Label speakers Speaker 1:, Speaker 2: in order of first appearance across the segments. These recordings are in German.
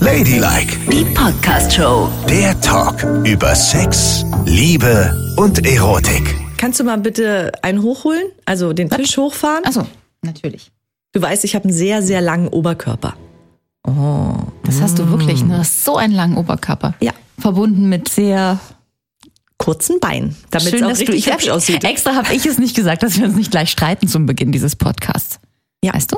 Speaker 1: Ladylike,
Speaker 2: Die Podcast-Show.
Speaker 1: der Talk über Sex, Liebe und Erotik.
Speaker 3: Kannst du mal bitte einen hochholen? Also den Tisch hochfahren?
Speaker 4: Achso, natürlich.
Speaker 3: Du weißt, ich habe einen sehr, sehr langen Oberkörper.
Speaker 4: Das hast du wirklich, ne? Du hast so einen langen Oberkörper.
Speaker 3: Ja.
Speaker 4: Verbunden mit sehr
Speaker 3: Kurzen Bein, damit es
Speaker 4: schön,
Speaker 3: auch
Speaker 4: dass du
Speaker 3: richtig
Speaker 4: ich hab-
Speaker 3: hübsch aussieht.
Speaker 4: Extra habe ich es nicht gesagt, dass wir uns nicht gleich streiten zum Beginn dieses Podcasts.
Speaker 3: Ja. Mhm.
Speaker 4: Weißt du?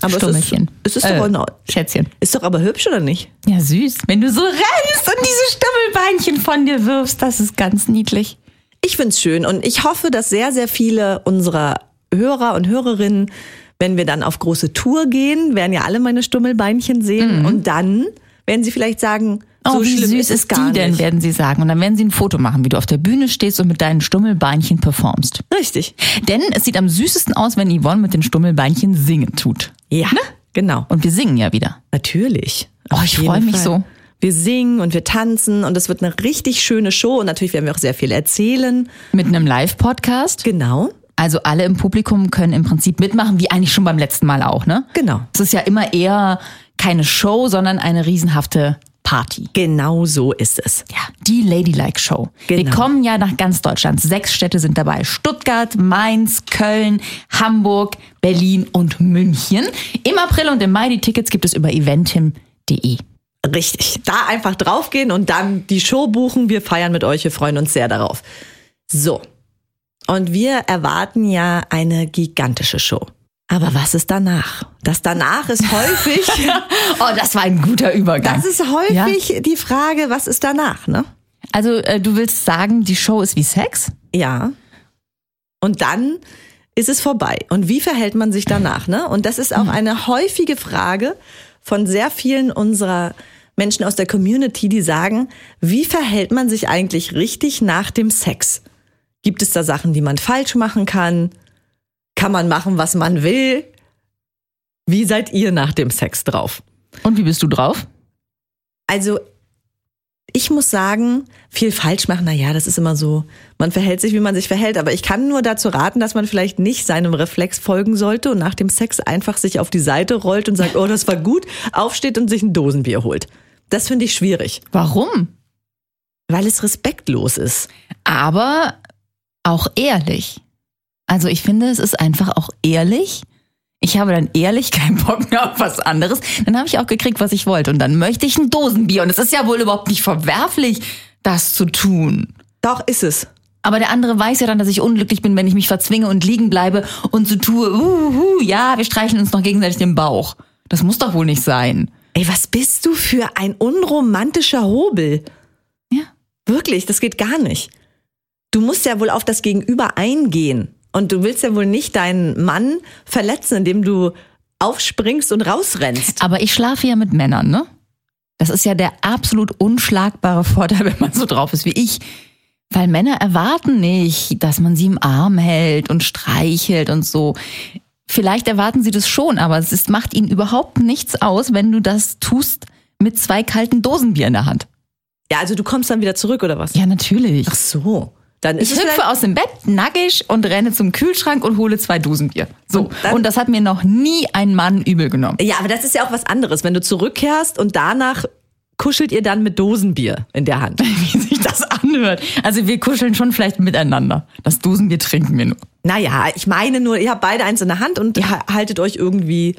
Speaker 3: Aber es ist,
Speaker 4: Stummelchen. Äh,
Speaker 3: es ist, doch in Ordnung.
Speaker 4: Schätzchen.
Speaker 3: ist doch aber hübsch, oder nicht?
Speaker 4: Ja, süß. Wenn du so rennst und diese Stummelbeinchen von dir wirfst, das ist ganz niedlich.
Speaker 3: Ich find's schön und ich hoffe, dass sehr, sehr viele unserer Hörer und Hörerinnen, wenn wir dann auf große Tour gehen, werden ja alle meine Stummelbeinchen sehen und dann werden sie vielleicht sagen,
Speaker 4: Mhm. Oh,
Speaker 3: so
Speaker 4: wie
Speaker 3: schlimm
Speaker 4: süß
Speaker 3: ist es gar
Speaker 4: die denn,
Speaker 3: nicht.
Speaker 4: werden sie sagen. Und dann werden sie ein Foto machen, wie du auf der Bühne stehst und mit deinen Stummelbeinchen performst.
Speaker 3: Richtig.
Speaker 4: Denn es sieht am süßesten aus, wenn Yvonne mit den Stummelbeinchen singen tut.
Speaker 3: Ja, genau.
Speaker 4: Und wir singen ja wieder.
Speaker 3: Natürlich.
Speaker 4: Oh,
Speaker 3: Auf
Speaker 4: ich
Speaker 3: jeden
Speaker 4: freu mich
Speaker 3: Fall.
Speaker 4: so.
Speaker 3: Wir singen und wir tanzen und es wird eine richtig schöne Show und natürlich werden wir auch sehr viel erzählen.
Speaker 4: Mit einem Live-Podcast.
Speaker 3: Genau,
Speaker 4: Also alle im Publikum können im Prinzip mitmachen, wie eigentlich schon beim letzten Mal auch, ne?
Speaker 3: genau.
Speaker 4: Es ist ja immer eher keine Show, sondern eine riesenhafte Party.
Speaker 3: Genau so ist es.
Speaker 4: Ja, die Ladylike Show. Wir
Speaker 3: Genau.
Speaker 4: kommen ja nach ganz Deutschland. Sechs Städte sind dabei. Stuttgart, Mainz, Köln, Hamburg, Berlin und München. Im April und im Mai die Tickets gibt es über eventim.de.
Speaker 3: Richtig. Da einfach draufgehen und dann die Show buchen. Wir feiern mit euch. Wir freuen uns sehr darauf. So. Und wir erwarten ja eine gigantische Show. Aber was ist danach? Das danach ist häufig,
Speaker 4: Oh, das war ein guter Übergang.
Speaker 3: das ist häufig die Frage, was ist danach, ne?
Speaker 4: Also, äh, du willst sagen, die Show ist wie Sex?
Speaker 3: Ja. Und dann ist es vorbei. Und wie verhält man sich danach? Ne? Und das ist auch eine häufige Frage von sehr vielen unserer Menschen aus der Community, die sagen, wie verhält man sich eigentlich richtig nach dem Sex? Gibt es da Sachen, die man falsch machen kann? Kann man machen, was man will? Wie seid ihr nach dem Sex drauf?
Speaker 4: Und wie bist du drauf?
Speaker 3: Also ich muss sagen, viel falsch machen, na ja, das ist immer so, man verhält sich, wie man sich verhält, aber ich kann nur dazu raten, dass man vielleicht nicht seinem Reflex folgen sollte und nach dem Sex einfach sich auf die Seite rollt und sagt, oh, das war gut, aufsteht und sich ein Dosenbier holt. Das finde ich schwierig,
Speaker 4: Warum?
Speaker 3: weil es respektlos ist.
Speaker 4: Aber auch ehrlich. Also, ich finde, es ist einfach auch ehrlich. Ich habe dann ehrlich keinen Bock mehr auf was anderes. Dann habe ich auch gekriegt, was ich wollte. Und dann möchte ich ein Dosenbier. Und es ist ja wohl überhaupt nicht verwerflich, das zu tun.
Speaker 3: Doch ist es.
Speaker 4: Aber der andere weiß ja dann, dass ich unglücklich bin, wenn ich mich verzwinge und liegen bleibe und so tue, uhu, ja, wir streicheln uns noch gegenseitig den Bauch. Das muss doch wohl nicht sein.
Speaker 3: Ey, was bist du für ein unromantischer Hobel?
Speaker 4: Ja.
Speaker 3: Wirklich, das geht gar nicht. Du musst ja wohl auf das Gegenüber eingehen. Und du willst ja wohl nicht deinen Mann verletzen, indem du aufspringst und rausrennst.
Speaker 4: Aber ich schlafe ja mit Männern, ne? Das ist ja der absolut unschlagbare Vorteil, wenn man so drauf ist wie ich. Weil Männer erwarten nicht, dass man sie im Arm hält und streichelt und so. Vielleicht erwarten sie das schon, aber es ist, macht ihnen überhaupt nichts aus, wenn du das tust mit zwei kalten Dosenbier in der Hand.
Speaker 3: Ja, also du kommst dann wieder zurück oder was?
Speaker 4: Ja, natürlich.
Speaker 3: Ach so. Dann ist
Speaker 4: Ich
Speaker 3: es
Speaker 4: hüpfe
Speaker 3: vielleicht-
Speaker 4: aus dem Bett, nackig und renne zum Kühlschrank und hole zwei Dosenbier. So. Und,
Speaker 3: dann-
Speaker 4: das hat mir noch nie ein Mann übel genommen.
Speaker 3: Ja, aber das ist ja auch was anderes, wenn du zurückkehrst und danach kuschelt ihr dann mit Dosenbier in der Hand.
Speaker 4: wie sich das anhört. Also wir kuscheln schon vielleicht miteinander. Das Dosenbier trinken wir nur.
Speaker 3: Naja, ich meine nur, ihr habt beide eins in der Hand und ha- haltet euch irgendwie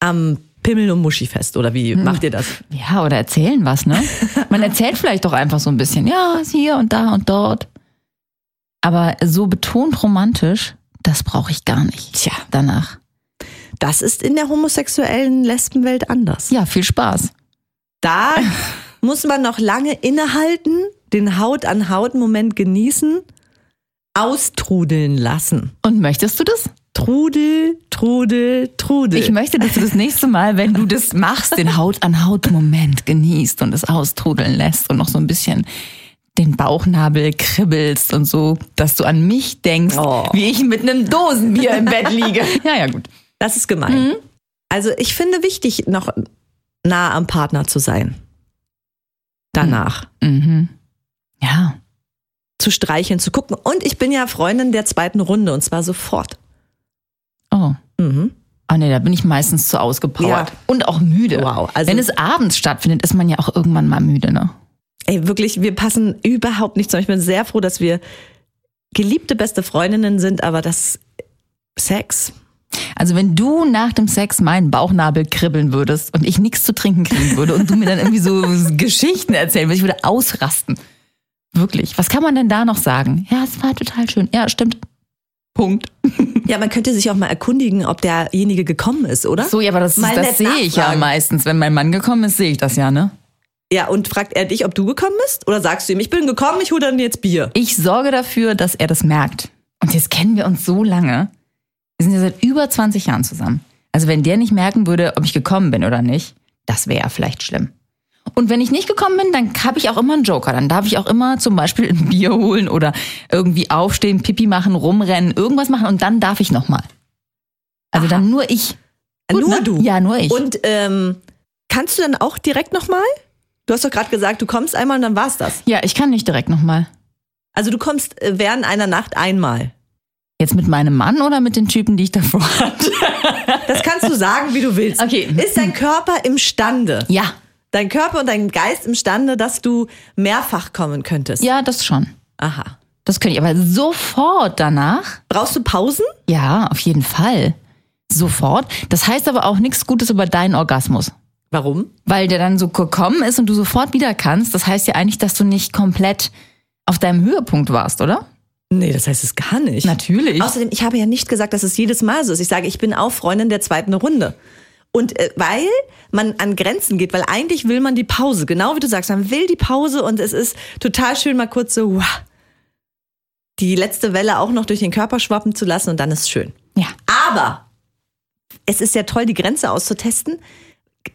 Speaker 3: am Pimmel und Muschi fest. Oder wie macht ihr das?
Speaker 4: Ja, oder erzählen was, ne? Man erzählt vielleicht doch einfach so ein bisschen. Ja, ist hier und da und dort. Aber so betont romantisch, das brauche ich gar nicht. Tja, danach.
Speaker 3: Das ist in der homosexuellen Lesbenwelt anders.
Speaker 4: Ja, viel Spaß.
Speaker 3: Da muss man noch lange innehalten, den Haut an Haut Moment genießen, austrudeln lassen.
Speaker 4: Und möchtest du das?
Speaker 3: Trudel, Trudel, Trudel.
Speaker 4: Ich möchte, dass du das nächste Mal, wenn du das machst, den Haut-an-Haut-Moment genießt und es austrudeln lässt und noch so ein bisschen den Bauchnabel kribbelst und so, dass du an mich denkst,
Speaker 3: Oh.
Speaker 4: wie ich mit einem Dosenbier im Bett liege. Ja, ja, gut.
Speaker 3: das ist gemein. Also ich finde wichtig, noch nah am Partner zu sein. Danach.
Speaker 4: Mhm. Ja.
Speaker 3: Zu streicheln, zu gucken. Und ich bin ja Freundin der zweiten Runde und zwar sofort.
Speaker 4: Oh.
Speaker 3: Mhm.
Speaker 4: Ah nee, da bin ich meistens zu ausgepowert.
Speaker 3: Ja.
Speaker 4: Und auch müde.
Speaker 3: Wow, also-
Speaker 4: Wenn es abends stattfindet, ist man ja auch irgendwann mal müde, ne?
Speaker 3: Ey, wirklich, wir passen überhaupt nicht zusammen. Ich bin sehr froh, dass wir geliebte beste Freundinnen sind, aber das Sex.
Speaker 4: Also wenn du nach dem Sex meinen Bauchnabel kribbeln würdest und ich nichts zu trinken kriegen würde und du mir dann irgendwie so Geschichten erzählen würdest, ich würde ausrasten. Wirklich. Was kann man denn da noch sagen? Ja, es war total schön. Ja, stimmt. Punkt.
Speaker 3: Ja, man könnte sich auch mal erkundigen, ob derjenige gekommen ist, oder?
Speaker 4: So, ja, aber das,
Speaker 3: Mal
Speaker 4: das
Speaker 3: nett
Speaker 4: sehe ich ja
Speaker 3: nachfragen.
Speaker 4: meistens. Wenn mein Mann gekommen ist, sehe ich das ja, ne?
Speaker 3: Ja, und fragt er dich, ob du gekommen bist? Oder sagst du ihm, ich bin gekommen, ich hole dann jetzt Bier?
Speaker 4: Ich sorge dafür, dass er das merkt. Und jetzt kennen wir uns so lange. Wir sind ja seit über 20 Jahren zusammen. Also wenn der nicht merken würde, ob ich gekommen bin oder nicht, das wäre ja vielleicht schlimm. Und wenn ich nicht gekommen bin, dann habe ich auch immer einen Joker. Dann darf ich auch immer zum Beispiel ein Bier holen oder irgendwie aufstehen, Pipi machen, rumrennen, irgendwas machen und dann darf ich nochmal. Also dann nur ich.
Speaker 3: Äh,
Speaker 4: Gut,
Speaker 3: nur
Speaker 4: ne?
Speaker 3: du.
Speaker 4: Ja, nur ich.
Speaker 3: Und ähm, kannst du dann auch direkt nochmal? Du hast doch gerade gesagt, du kommst einmal und dann war's das.
Speaker 4: ja, ich kann nicht direkt nochmal.
Speaker 3: Also du kommst äh, während einer Nacht einmal.
Speaker 4: Jetzt mit meinem Mann oder mit den Typen, die ich davor hatte?
Speaker 3: Das kannst du sagen, wie du willst.
Speaker 4: Okay.
Speaker 3: Ist dein Körper imstande?
Speaker 4: Ja,
Speaker 3: Dein Körper und dein Geist imstande, dass du mehrfach kommen könntest?
Speaker 4: ja, das schon.
Speaker 3: Aha.
Speaker 4: Das könnte ich aber sofort danach.
Speaker 3: Brauchst du Pausen?
Speaker 4: Ja, auf jeden Fall. Sofort. Das heißt aber auch nichts Gutes über deinen Orgasmus.
Speaker 3: Warum?
Speaker 4: Weil der dann so gekommen ist und du sofort wieder kannst. Das heißt ja eigentlich, dass du nicht komplett auf deinem Höhepunkt warst, oder?
Speaker 3: Nee, das heißt es gar nicht.
Speaker 4: Natürlich.
Speaker 3: Außerdem, ich habe ja nicht gesagt, dass es jedes Mal so ist. Ich sage, ich bin auch Freundin der zweiten Runde. Und äh, weil man an Grenzen geht, weil eigentlich will man die Pause, genau wie du sagst, man will die Pause und es ist total schön, mal kurz so wow, die letzte Welle auch noch durch den Körper schwappen zu lassen und dann ist schön.
Speaker 4: Ja.
Speaker 3: Aber es ist ja toll, die Grenze auszutesten,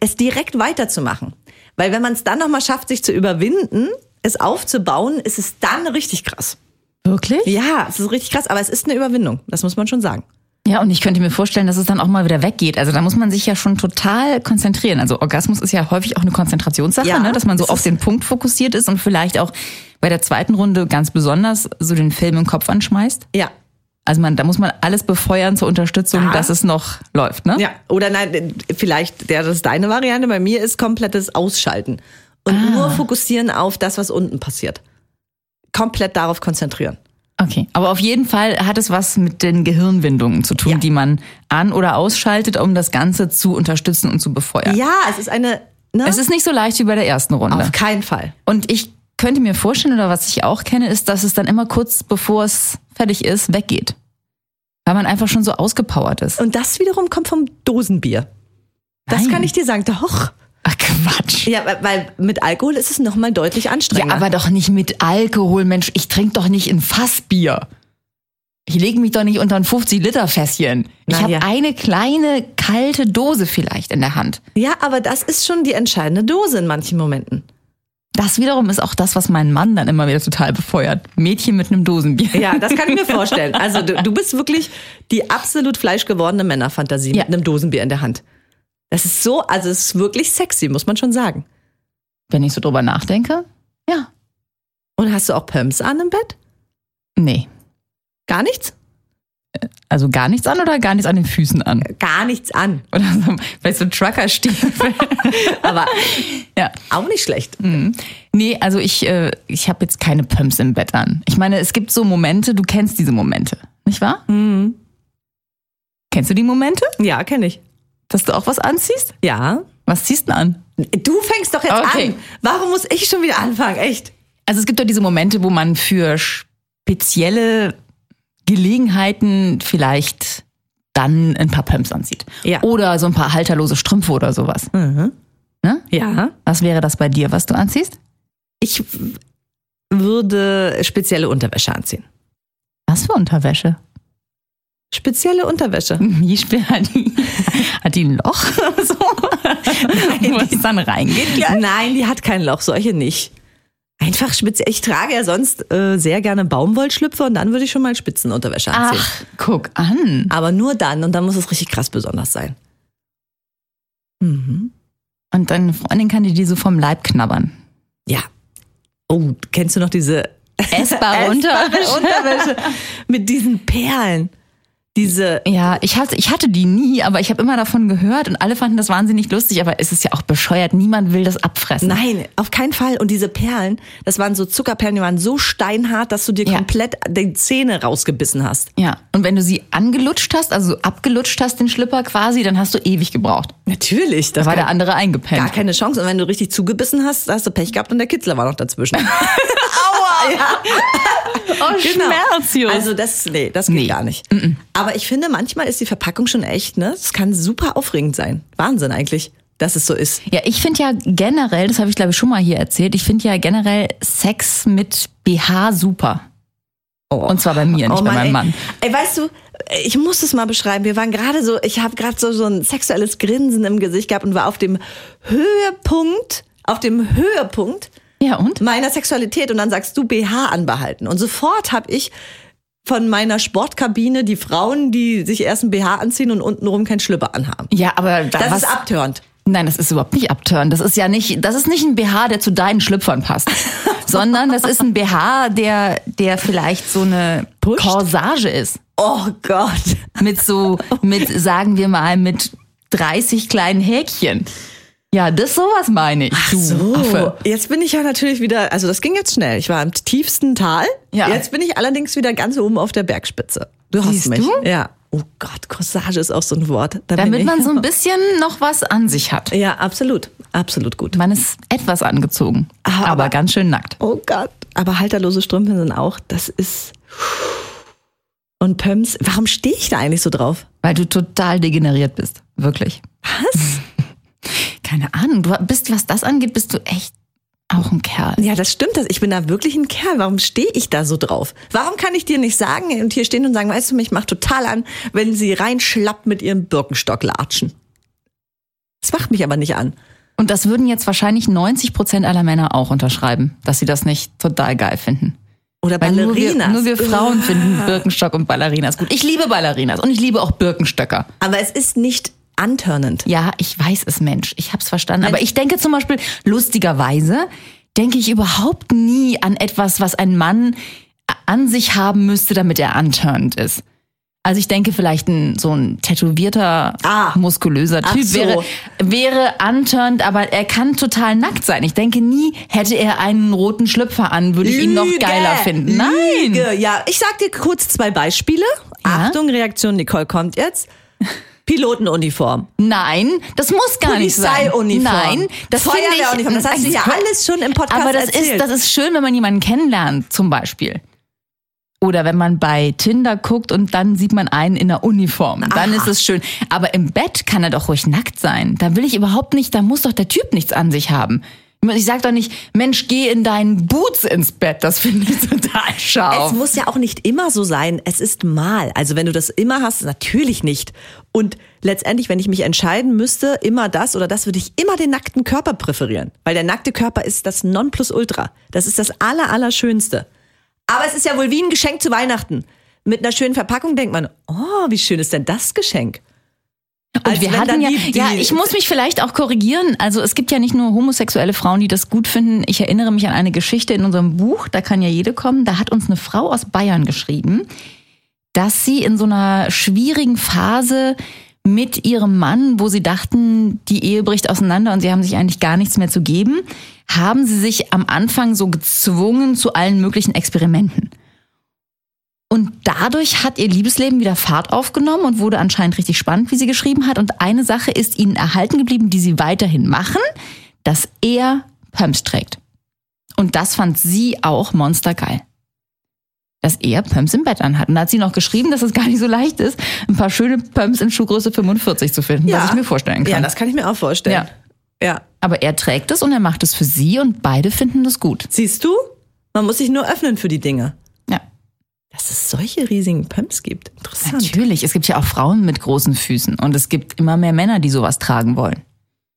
Speaker 3: es direkt weiterzumachen. Weil wenn man es dann nochmal schafft, sich zu überwinden, es aufzubauen, ist es dann richtig krass.
Speaker 4: Wirklich?
Speaker 3: Ja, es ist richtig krass, aber es ist eine Überwindung, das muss man schon sagen.
Speaker 4: Ja, und ich könnte mir vorstellen, dass es dann auch mal wieder weggeht. Also da muss man sich ja schon total konzentrieren. Also Orgasmus ist ja häufig auch eine Konzentrationssache,
Speaker 3: Ja,
Speaker 4: ne? dass man so
Speaker 3: es
Speaker 4: auf
Speaker 3: ist-
Speaker 4: den Punkt fokussiert ist und vielleicht auch bei der zweiten Runde ganz besonders so den Film im Kopf anschmeißt.
Speaker 3: Ja.
Speaker 4: Also man, da muss man alles befeuern zur Unterstützung,
Speaker 3: Ja.
Speaker 4: dass es noch läuft, ne?
Speaker 3: Ja. Oder nein, vielleicht, der, das ist deine Variante, bei mir ist komplettes Ausschalten. Und nur fokussieren auf das, was unten passiert. Komplett darauf konzentrieren.
Speaker 4: Okay. Aber auf jeden Fall hat es was mit den Gehirnwindungen zu tun,
Speaker 3: Ja.
Speaker 4: die man an- oder ausschaltet, um das Ganze zu unterstützen und zu befeuern.
Speaker 3: Ja, es ist eine, ne?
Speaker 4: Es ist nicht so leicht wie bei der ersten Runde.
Speaker 3: auf keinen Fall.
Speaker 4: Und ich könnte mir vorstellen, oder was ich auch kenne, ist, dass es dann immer kurz bevor es fertig ist, weggeht. Weil man einfach schon so ausgepowert ist.
Speaker 3: Und das wiederum kommt vom Dosenbier. Das
Speaker 4: Nein.
Speaker 3: kann ich dir sagen. Doch.
Speaker 4: Ach, Quatsch.
Speaker 3: Ja, weil- weil mit Alkohol ist es nochmal deutlich
Speaker 4: Ja,
Speaker 3: anstrengender.
Speaker 4: aber doch nicht mit Alkohol, Mensch. Ich trinke doch nicht ein Fassbier. Ich lege mich doch nicht unter ein 50-Liter-Fässchen. Ich
Speaker 3: Na
Speaker 4: habe
Speaker 3: ja.
Speaker 4: eine kleine kalte Dose vielleicht in der Hand.
Speaker 3: ja, aber das ist schon die entscheidende Dose in manchen Momenten.
Speaker 4: Das wiederum ist auch das, was meinen Mann dann immer wieder total befeuert. Mädchen mit einem Dosenbier.
Speaker 3: Ja, das kann ich mir vorstellen. Also du, du bist wirklich die absolut fleischgewordene Männerfantasie
Speaker 4: Ja.
Speaker 3: mit einem Dosenbier in der Hand. Das ist so, also es ist wirklich sexy, muss man schon sagen.
Speaker 4: Wenn ich so drüber nachdenke, ja.
Speaker 3: Und hast du auch Pumps an im Bett?
Speaker 4: Nee.
Speaker 3: Gar nichts?
Speaker 4: Also gar nichts an oder gar nichts an den Füßen an.
Speaker 3: Gar nichts an.
Speaker 4: Oder so, vielleicht so Truckerstiefel.
Speaker 3: Aber
Speaker 4: ja.
Speaker 3: auch nicht schlecht.
Speaker 4: Nee, also ich, äh, ich habe jetzt keine Pumps im Bett an. Ich meine, es gibt so Momente, du kennst diese Momente, nicht wahr?
Speaker 3: Mhm.
Speaker 4: Kennst du die Momente,
Speaker 3: Ja, kenne ich.
Speaker 4: dass du auch was anziehst?
Speaker 3: Ja.
Speaker 4: Was ziehst du an?
Speaker 3: Du fängst doch jetzt
Speaker 4: Okay.
Speaker 3: an. Warum muss ich schon wieder anfangen? Echt?
Speaker 4: Also es gibt doch diese Momente, wo man für spezielle Gelegenheiten vielleicht dann ein paar Pumps anzieht.
Speaker 3: Ja.
Speaker 4: Oder so ein paar halterlose Strümpfe oder sowas.
Speaker 3: Mhm.
Speaker 4: Ne?
Speaker 3: Ja.
Speaker 4: Was wäre das bei dir, was du anziehst?
Speaker 3: Ich w- würde spezielle Unterwäsche anziehen.
Speaker 4: Was für Unterwäsche?
Speaker 3: Spezielle Unterwäsche.
Speaker 4: Mischbär hat die, hat die ein Loch, so, wo es dann reingeht. gleich?
Speaker 3: Nein, die hat kein Loch, solche nicht. Einfach speziell. Ich trage ja sonst äh, sehr gerne Baumwollschlüpfe und dann würde ich schon mal Spitzenunterwäsche anziehen.
Speaker 4: Ach, guck an.
Speaker 3: Aber nur dann und dann muss es richtig krass besonders sein. Mhm.
Speaker 4: Und deine Freundin kann dir die so vom Leib knabbern.
Speaker 3: Ja. Oh, kennst du noch diese
Speaker 4: Essbar runter.
Speaker 3: Unterwäsche mit diesen Perlen? diese
Speaker 4: Ja, ich hatte, ich hatte die nie, aber ich habe immer davon gehört und alle fanden das wahnsinnig lustig, aber es ist ja auch bescheuert. Niemand will das abfressen.
Speaker 3: Nein, auf keinen Fall. Und diese Perlen, das waren so Zuckerperlen, die waren so steinhart, dass du dir
Speaker 4: Ja.
Speaker 3: komplett die Zähne rausgebissen hast.
Speaker 4: Ja, und wenn du sie angelutscht hast, also abgelutscht hast, den Schlipper quasi, dann hast du ewig gebraucht.
Speaker 3: Natürlich,
Speaker 4: Da
Speaker 3: das
Speaker 4: war
Speaker 3: war
Speaker 4: der andere eingepennt.
Speaker 3: gar keine Chance. Und wenn du richtig zugebissen hast, hast du Pech gehabt und der Kitzler war noch dazwischen. Aua! Ja,
Speaker 4: Oh, Schmerzius.
Speaker 3: Also das, nee, das geht
Speaker 4: Nee.
Speaker 3: gar nicht. Aber ich finde, manchmal ist die Verpackung schon echt, ne? Es kann super aufregend sein. Wahnsinn eigentlich, dass es so ist.
Speaker 4: Ja, ich finde ja generell, das habe ich glaube ich schon mal hier erzählt, ich finde ja generell Sex mit BH super. Und zwar bei mir, nicht bei meinem Oh. Mann.
Speaker 3: Oh Ey, ey, weißt du, ich muss es mal beschreiben. Wir waren gerade so, ich habe gerade so, so ein sexuelles Grinsen im Gesicht gehabt und war auf dem Höhepunkt, auf dem Höhepunkt
Speaker 4: Ja, und?
Speaker 3: meiner Sexualität und dann sagst du BH anbehalten. Und sofort habe ich von meiner Sportkabine die Frauen, die sich erst ein BH anziehen und untenrum kein Schlüpper anhaben.
Speaker 4: Ja, aber da,
Speaker 3: Das
Speaker 4: was,
Speaker 3: ist abtörend.
Speaker 4: Nein, das ist überhaupt nicht abturn. Das ist ja nicht, das ist nicht ein BH, der zu deinen Schlüpfern passt, sondern das ist ein BH, der, der vielleicht so eine
Speaker 3: Pusht?
Speaker 4: Corsage ist.
Speaker 3: Oh Gott.
Speaker 4: Mit so, mit, sagen wir mal, mit 30 kleinen Häkchen. Ja, das sowas meine ich. Ach du Affe.
Speaker 3: jetzt bin ich ja natürlich wieder, also das ging jetzt schnell. Ich war im tiefsten Tal.
Speaker 4: Ja.
Speaker 3: Jetzt bin ich allerdings wieder ganz oben auf der Bergspitze. Du hast
Speaker 4: Siehst
Speaker 3: mich.
Speaker 4: du?
Speaker 3: Ja. Oh Gott, Corsage ist auch so ein Wort. Da bin
Speaker 4: Damit
Speaker 3: ich-
Speaker 4: man so ein bisschen noch was an sich hat.
Speaker 3: Ja, absolut. Absolut gut.
Speaker 4: Man ist etwas angezogen,
Speaker 3: Aber-
Speaker 4: aber, ganz schön nackt.
Speaker 3: Oh Gott. Aber halterlose Strümpfe sind auch, das ist. Und Pöms, warum stehe ich da eigentlich so drauf?
Speaker 4: Weil du total degeneriert bist. Wirklich. Was? Keine Ahnung. Du bist, was das angeht, bist du echt auch ein Kerl.
Speaker 3: Ja, das stimmt. das- Ich bin da wirklich ein Kerl. Warum stehe ich da so drauf? Warum kann ich dir nicht sagen und hier stehen und sagen, weißt du, mich macht total an, wenn sie reinschlapp mit ihrem Birkenstock latschen. Das macht mich aber nicht an.
Speaker 4: Und das würden jetzt wahrscheinlich 90 Prozent aller Männer auch unterschreiben, dass sie das nicht total geil finden.
Speaker 3: Oder
Speaker 4: Weil nur wir,
Speaker 3: Ballerinas. Ah.
Speaker 4: nur wir Frauen finden Birkenstock und Ballerinas gut. Ich liebe Ballerinas und ich liebe auch Birkenstöcker.
Speaker 3: Aber es ist nicht antörnend.
Speaker 4: Ja, ich weiß es, Mensch. Ich hab's verstanden. Aber ich denke zum Beispiel, lustigerweise, denke ich überhaupt nie an etwas, was ein Mann an sich haben müsste, damit er antörnt ist. Also ich denke vielleicht ein, so ein tätowierter,
Speaker 3: Ah.
Speaker 4: muskulöser
Speaker 3: Ach
Speaker 4: Typ
Speaker 3: so.
Speaker 4: wäre, wäre antörnt, aber er kann total nackt sein. Ich denke nie, hätte er einen roten Schlüpfer an, würde ich ihn noch geiler finden. Nein!
Speaker 3: Lüge. Ja, ich sag dir kurz zwei Beispiele.
Speaker 4: Ja?
Speaker 3: Achtung, Reaktion Nicole kommt jetzt. Pilotenuniform.
Speaker 4: Nein, das muss gar nicht sein.
Speaker 3: Polizeiuniform.
Speaker 4: Nein, das finde ich-
Speaker 3: Feuerwehruniform. Das hast du ja alles schon im Podcast
Speaker 4: Aber das
Speaker 3: erzählt.
Speaker 4: ist das ist schön, wenn man jemanden kennenlernt, zum Beispiel. Oder wenn man bei Tinder guckt und dann sieht man einen in der Uniform, dann
Speaker 3: Ah.
Speaker 4: ist es schön. Aber im Bett kann er doch ruhig nackt sein. Da will ich überhaupt nicht, da muss doch der Typ nichts an sich haben. Ich sag doch nicht, Mensch, geh in deinen Boots ins Bett. Das finde ich total
Speaker 3: Es
Speaker 4: scharf.
Speaker 3: muss ja auch nicht immer so sein. Es ist mal. Also wenn du das immer hast, natürlich nicht. Und letztendlich, wenn ich mich entscheiden müsste, immer das oder das, würde ich immer den nackten Körper präferieren. Weil der nackte Körper ist das Nonplusultra. Das ist das Aller, Allerschönste. Aber es ist ja wohl wie ein Geschenk zu Weihnachten. Mit einer schönen Verpackung denkt man, oh, wie schön ist denn das Geschenk?
Speaker 4: Und wir hatten ja, ja, ich muss mich vielleicht auch korrigieren. Also es gibt ja nicht nur homosexuelle Frauen, die das gut finden. Ich erinnere mich an eine Geschichte in unserem Buch, da kann ja jede kommen. Da hat uns eine Frau aus Bayern geschrieben, dass sie in so einer schwierigen Phase mit ihrem Mann, wo sie dachten, die Ehe bricht auseinander und sie haben sich eigentlich gar nichts mehr zu geben, haben sie sich am Anfang so gezwungen zu allen möglichen Experimenten. Und dadurch hat ihr Liebesleben wieder Fahrt aufgenommen und wurde anscheinend richtig spannend, wie sie geschrieben hat. Und eine Sache ist ihnen erhalten geblieben, die sie weiterhin machen, dass er Pumps trägt. Und das fand sie auch monstergeil. Dass er Pumps im Bett anhat. Und da hat sie noch geschrieben, dass es gar nicht so leicht ist, ein paar schöne Pumps in Schuhgröße 45 zu finden, was ich mir vorstellen
Speaker 3: Ja,
Speaker 4: kann.
Speaker 3: das kann ich mir auch vorstellen. Ja. ja.
Speaker 4: Aber er trägt es und er macht es für sie und beide finden das gut.
Speaker 3: Siehst du? Man muss sich nur öffnen für die Dinge.
Speaker 4: Ja.
Speaker 3: Dass es solche riesigen Pumps gibt. Interessant.
Speaker 4: Natürlich, es gibt ja auch Frauen mit großen Füßen und es gibt immer mehr Männer, die sowas tragen wollen.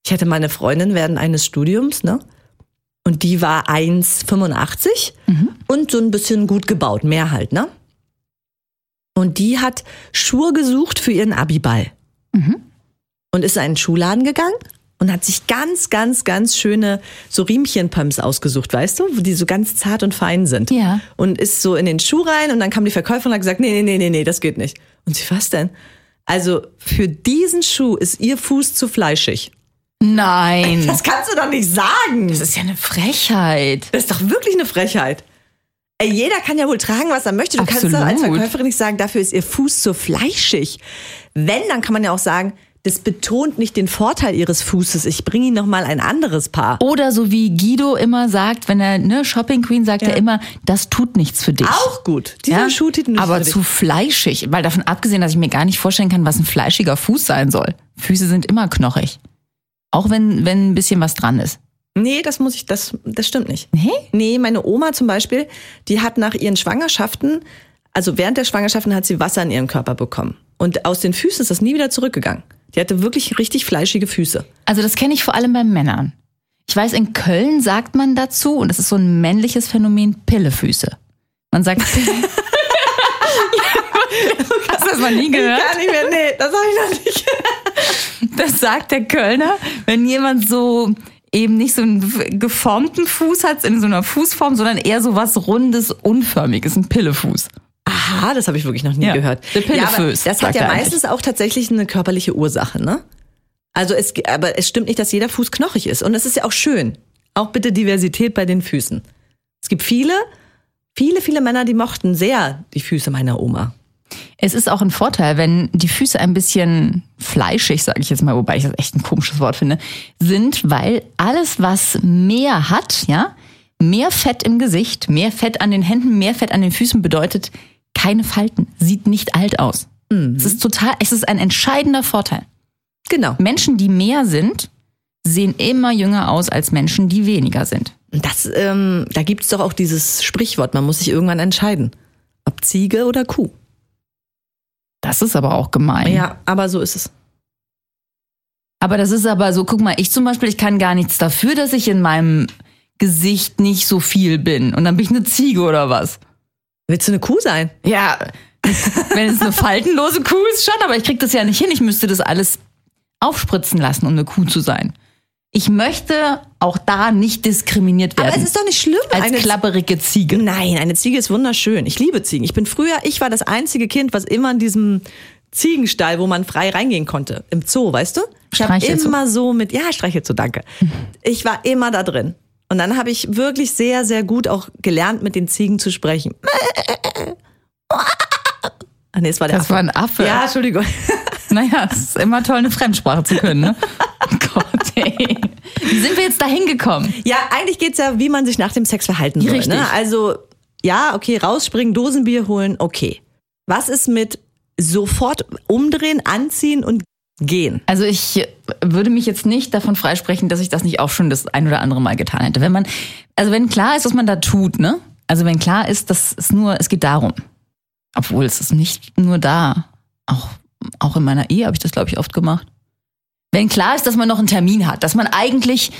Speaker 3: Ich hatte meine Freundin während eines Studiums, ne? Und die war 1,85 und so ein bisschen gut gebaut, mehr halt, ne? Und die hat Schuhe gesucht für ihren Abiball. Und ist in einen Schuhladen gegangen und hat sich ganz, ganz, ganz schöne so Riemchenpumps ausgesucht, weißt du, die so ganz zart und fein sind.
Speaker 4: Ja.
Speaker 3: Und ist so in den Schuh rein und dann kam die Verkäuferin und hat gesagt, nee, nee, nee, nee, nee, das geht nicht. Und sie, was denn? Also für diesen Schuh ist ihr Fuß zu fleischig.
Speaker 4: Nein.
Speaker 3: Das kannst du doch nicht sagen.
Speaker 4: Mhm. Das ist ja eine Frechheit.
Speaker 3: Das ist doch wirklich eine Frechheit. Ey, jeder kann ja wohl tragen, was er möchte. Du kannst doch als
Speaker 4: Absolut.
Speaker 3: Verkäuferin nicht sagen, dafür ist ihr Fuß so fleischig. Wenn, dann kann man ja auch sagen, das betont nicht den Vorteil ihres Fußes. Ich bringe ihnen nochmal ein anderes Paar.
Speaker 4: Oder so wie Guido immer sagt, wenn er, ne, Shopping Queen sagt
Speaker 3: Ja.
Speaker 4: er immer, das tut nichts für dich.
Speaker 3: Auch gut. Dieser
Speaker 4: ja?
Speaker 3: Schuh tut nichts
Speaker 4: Aber
Speaker 3: für dich.
Speaker 4: zu fleischig. Weil davon abgesehen, dass ich mir gar nicht vorstellen kann, was ein fleischiger Fuß sein soll. Füße sind immer knochig. Auch wenn, wenn ein bisschen was dran ist.
Speaker 3: Nee, das muss ich, das, das stimmt nicht.
Speaker 4: Nee?
Speaker 3: Nee, meine Oma zum Beispiel, die hat nach ihren Schwangerschaften, also während der Schwangerschaften hat sie Wasser in ihren Körper bekommen. Und aus den Füßen ist das nie wieder zurückgegangen. Die hatte wirklich richtig fleischige Füße.
Speaker 4: Also das kenne ich vor allem bei Männern. Ich weiß, in Köln sagt man dazu, und das ist so ein männliches Phänomen, Pillefüße. Man sagt... Hast du das mal nie gehört?
Speaker 3: Gar nicht mehr, nee, das habe ich noch nicht.
Speaker 4: Das sagt der Kölner, wenn jemand so eben nicht so einen geformten Fuß hat in so einer Fußform, sondern eher so was rundes, unförmiges, ein Pillefuß.
Speaker 3: Aha, Ah, das habe ich wirklich noch nie
Speaker 4: Ja.
Speaker 3: gehört.
Speaker 4: Der Pille
Speaker 3: ja, aber
Speaker 4: Fuß,
Speaker 3: das hat
Speaker 4: sagt
Speaker 3: ja
Speaker 4: er eigentlich.
Speaker 3: meistens auch tatsächlich eine körperliche Ursache, ne? Also es, ge- aber es stimmt nicht, dass jeder Fuß knochig ist. Und es ist ja auch schön. Auch bitte Diversität bei den Füßen. Es gibt viele, viele, viele Männer, die mochten sehr die Füße meiner Oma.
Speaker 4: Es ist auch ein Vorteil, wenn die Füße ein bisschen fleischig, sage ich jetzt mal, wobei ich das echt ein komisches Wort finde, sind, weil alles, was mehr hat, ja, mehr Fett im Gesicht, mehr Fett an den Händen, mehr Fett an den Füßen bedeutet keine Falten, sieht nicht alt aus. Es ist total, es ist ein entscheidender Vorteil.
Speaker 3: Genau.
Speaker 4: Menschen, die mehr sind, sehen immer jünger aus als Menschen, die weniger sind.
Speaker 3: Und Das, ähm, da gibt es doch auch dieses Sprichwort, man muss sich irgendwann entscheiden. Ob Ziege oder Kuh.
Speaker 4: Das ist aber auch gemein.
Speaker 3: Ja, aber so ist es.
Speaker 4: Aber das ist aber so, guck mal, ich zum Beispiel, ich kann gar nichts dafür, dass ich in meinem Gesicht nicht so viel bin. Und dann bin ich eine Ziege oder was?
Speaker 3: Willst du eine Kuh sein?
Speaker 4: Ja. Wenn es eine faltenlose Kuh ist, schon, aber ich krieg das ja nicht hin. Ich müsste das alles aufspritzen lassen, um eine Kuh zu sein. Ich möchte auch da nicht diskriminiert werden.
Speaker 3: Aber es ist doch nicht schlimm,
Speaker 4: als
Speaker 3: eine
Speaker 4: klapperige Ziege.
Speaker 3: Nein, eine Ziege ist wunderschön. Ich liebe Ziegen. Ich bin früher, ich war das einzige Kind, was immer in diesem Ziegenstall, wo man frei reingehen konnte, im Zoo, weißt du? Ich habe
Speaker 4: Streichelzoo.
Speaker 3: immer so mit, ja, Streichelzoo, danke. Ich war immer da drin. Und dann habe ich wirklich sehr, sehr gut auch gelernt, mit den Ziegen zu sprechen. Ah, nee, es war der
Speaker 4: Das
Speaker 3: Affe.
Speaker 4: war ein Affe.
Speaker 3: Ja, Entschuldigung.
Speaker 4: Naja, es ist immer toll, eine Fremdsprache zu können, ne? Gott, ey. Wie sind wir jetzt da hingekommen?
Speaker 3: Ja, eigentlich geht's ja, wie man sich nach dem Sex verhalten soll.
Speaker 4: Richtig.
Speaker 3: Ne? Also, ja, okay, rausspringen, Dosenbier holen, okay. Was ist mit sofort umdrehen, anziehen und gehen?
Speaker 4: Also ich würde mich jetzt nicht davon freisprechen, dass ich das nicht auch schon das ein oder andere Mal getan hätte. Wenn man, also wenn klar ist, was man da tut, ne? Also wenn klar ist, dass es nur, es geht darum. Obwohl es ist nicht nur da. Auch, auch in meiner Ehe habe ich das, glaube ich, oft gemacht. Wenn klar ist, dass man noch einen Termin hat, dass man eigentlich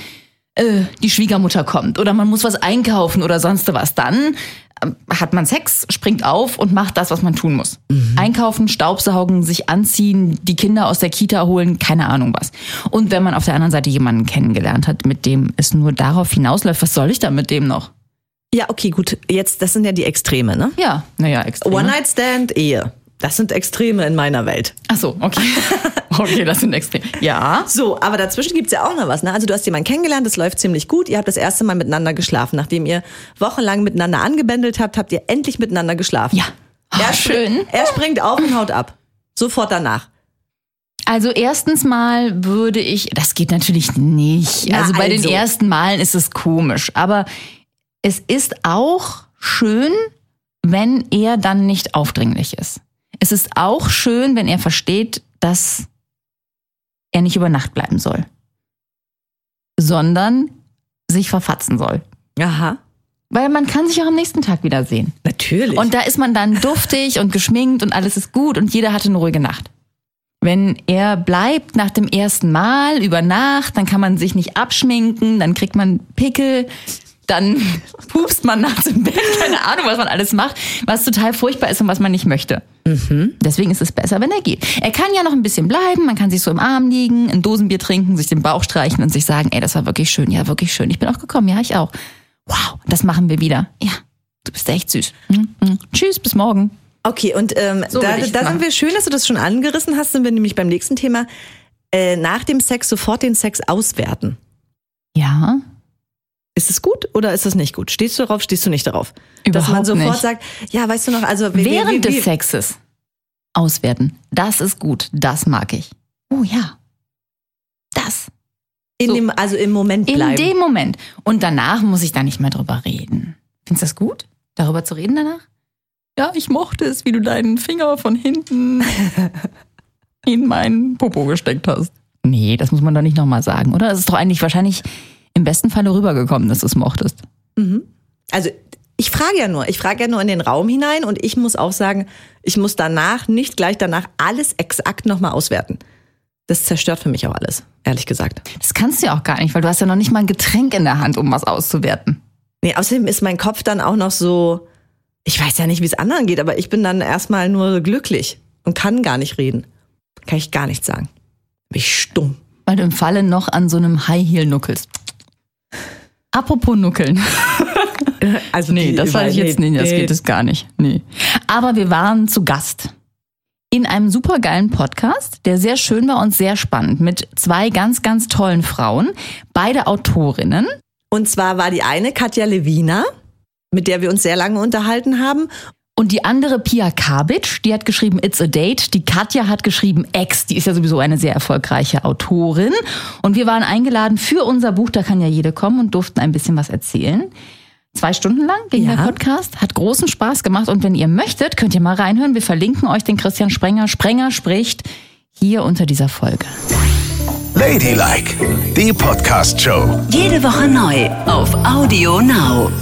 Speaker 4: äh, die Schwiegermutter kommt oder man muss was einkaufen oder sonst was, dann ähm, hat man Sex, springt auf und macht das, was man tun muss. Einkaufen, Staubsaugen, sich anziehen, die Kinder aus der Kita holen, keine Ahnung was. Und wenn man auf der anderen Seite jemanden kennengelernt hat, mit dem es nur darauf hinausläuft, was soll ich dann mit dem noch?
Speaker 3: Ja, okay, gut. Jetzt, das sind ja die Extreme, ne?
Speaker 4: Ja, naja, extrem. ne?
Speaker 3: One-Night-Stand, Ehe. Das sind Extreme in meiner Welt.
Speaker 4: Ach so, okay. Okay, das sind extrem. Ja.
Speaker 3: So, aber dazwischen gibt's ja auch noch was. Ne? Also du hast jemanden kennengelernt, das läuft ziemlich gut. Ihr habt das erste Mal miteinander geschlafen. Nachdem ihr wochenlang miteinander angebändelt habt, habt ihr endlich miteinander geschlafen.
Speaker 4: Ja. Ah,
Speaker 3: spr-
Speaker 4: schön.
Speaker 3: Er springt auf und haut ab. Sofort danach.
Speaker 4: Also erstens mal würde ich, das geht natürlich nicht.
Speaker 3: Na,
Speaker 4: also bei
Speaker 3: also.
Speaker 4: den ersten Malen ist es komisch, aber es ist auch schön, wenn er dann nicht aufdringlich ist. Es ist auch schön, wenn er versteht, dass er nicht über Nacht bleiben soll, sondern sich verfatzen soll.
Speaker 3: Aha.
Speaker 4: Weil man kann sich auch am nächsten Tag wiedersehen.
Speaker 3: Natürlich.
Speaker 4: Und da ist man dann duftig und geschminkt und alles ist gut und jeder hatte eine ruhige Nacht. Wenn er bleibt nach dem ersten Mal über Nacht, dann kann man sich nicht abschminken, dann kriegt man Pickel. dann pupst man nachts im Bett, keine Ahnung, was man alles macht, was total furchtbar ist und was man nicht möchte. Deswegen ist es besser, wenn er geht. Er kann ja noch ein bisschen bleiben, man kann sich so im Arm liegen, ein Dosenbier trinken, sich den Bauch streichen und sich sagen, ey, das war wirklich schön, ja, wirklich schön. Ich bin auch gekommen, ja, ich auch. Wow, das machen wir wieder. Ja, du bist echt süß. Mhm, mhm. Tschüss, bis morgen.
Speaker 3: Okay, und ähm,
Speaker 4: So
Speaker 3: da,
Speaker 4: würde ich
Speaker 3: da
Speaker 4: machen.
Speaker 3: sind wir schön, dass du das schon angerissen hast, sind wir nämlich beim nächsten Thema. Äh, nach dem Sex sofort den Sex auswerten.
Speaker 4: Ja,
Speaker 3: Ist es gut oder ist es nicht gut? Stehst du darauf, stehst du nicht darauf? Dass man
Speaker 4: Überhaupt
Speaker 3: sofort
Speaker 4: nicht.
Speaker 3: sagt, ja, weißt du noch, also wir- wir- wir-
Speaker 4: während
Speaker 3: wir-
Speaker 4: des Sexes auswerten. Das ist gut, das mag ich. Oh ja, das.
Speaker 3: in
Speaker 4: so.
Speaker 3: dem, also im Moment
Speaker 4: In
Speaker 3: bleiben.
Speaker 4: dem Moment. Und danach muss ich da nicht mehr drüber reden. Findest du das gut, darüber zu reden danach? Ja, ich mochte es, wie du deinen Finger von hinten in meinen Popo gesteckt hast. Nee, das muss man doch nicht nochmal sagen, oder? Das ist doch eigentlich wahrscheinlich im besten Falle rübergekommen, dass du es mochtest.
Speaker 3: also ich frage ja nur, ich frage ja nur in den Raum hinein und ich muss auch sagen, ich muss danach, nicht gleich danach, alles exakt nochmal auswerten. Das zerstört für mich auch alles, ehrlich gesagt.
Speaker 4: Das kannst du ja auch gar nicht, weil du hast ja noch nicht mal ein Getränk in der Hand, um was auszuwerten.
Speaker 3: Nee, außerdem ist mein Kopf dann auch noch so, ich weiß ja nicht, wie es anderen geht, aber ich bin dann erstmal nur glücklich und kann gar nicht reden. Kann ich gar nichts sagen. Bin ich stumm.
Speaker 4: Weil du im Falle noch an so einem High Heel nuckelst. Apropos nuckeln.
Speaker 3: Also
Speaker 4: Nee,
Speaker 3: die
Speaker 4: das
Speaker 3: über-
Speaker 4: weiß ich jetzt nicht, das
Speaker 3: nee.
Speaker 4: geht es gar nicht. Nee. Aber wir waren zu Gast in einem supergeilen Podcast, der sehr schön war und sehr spannend mit zwei ganz ganz tollen Frauen, beide Autorinnen.
Speaker 3: Und zwar war die eine Katja Lewina, mit der wir uns sehr lange unterhalten haben.
Speaker 4: Und die andere Pia Kabitsch, die hat geschrieben It's a Date. Die Katja hat geschrieben Ex. Die ist ja sowieso eine sehr erfolgreiche Autorin. Und wir waren eingeladen für unser Buch, da kann ja jede kommen und durften ein bisschen was erzählen. Zwei Stunden lang ging
Speaker 3: Ja.
Speaker 4: der Podcast, hat großen Spaß gemacht. Und wenn ihr möchtet, könnt ihr mal reinhören. Wir verlinken euch den Christian Sprenger. Sprenger spricht hier unter dieser Folge.
Speaker 1: Ladylike, die Podcast-Show.
Speaker 2: Jede Woche neu auf Audio Now.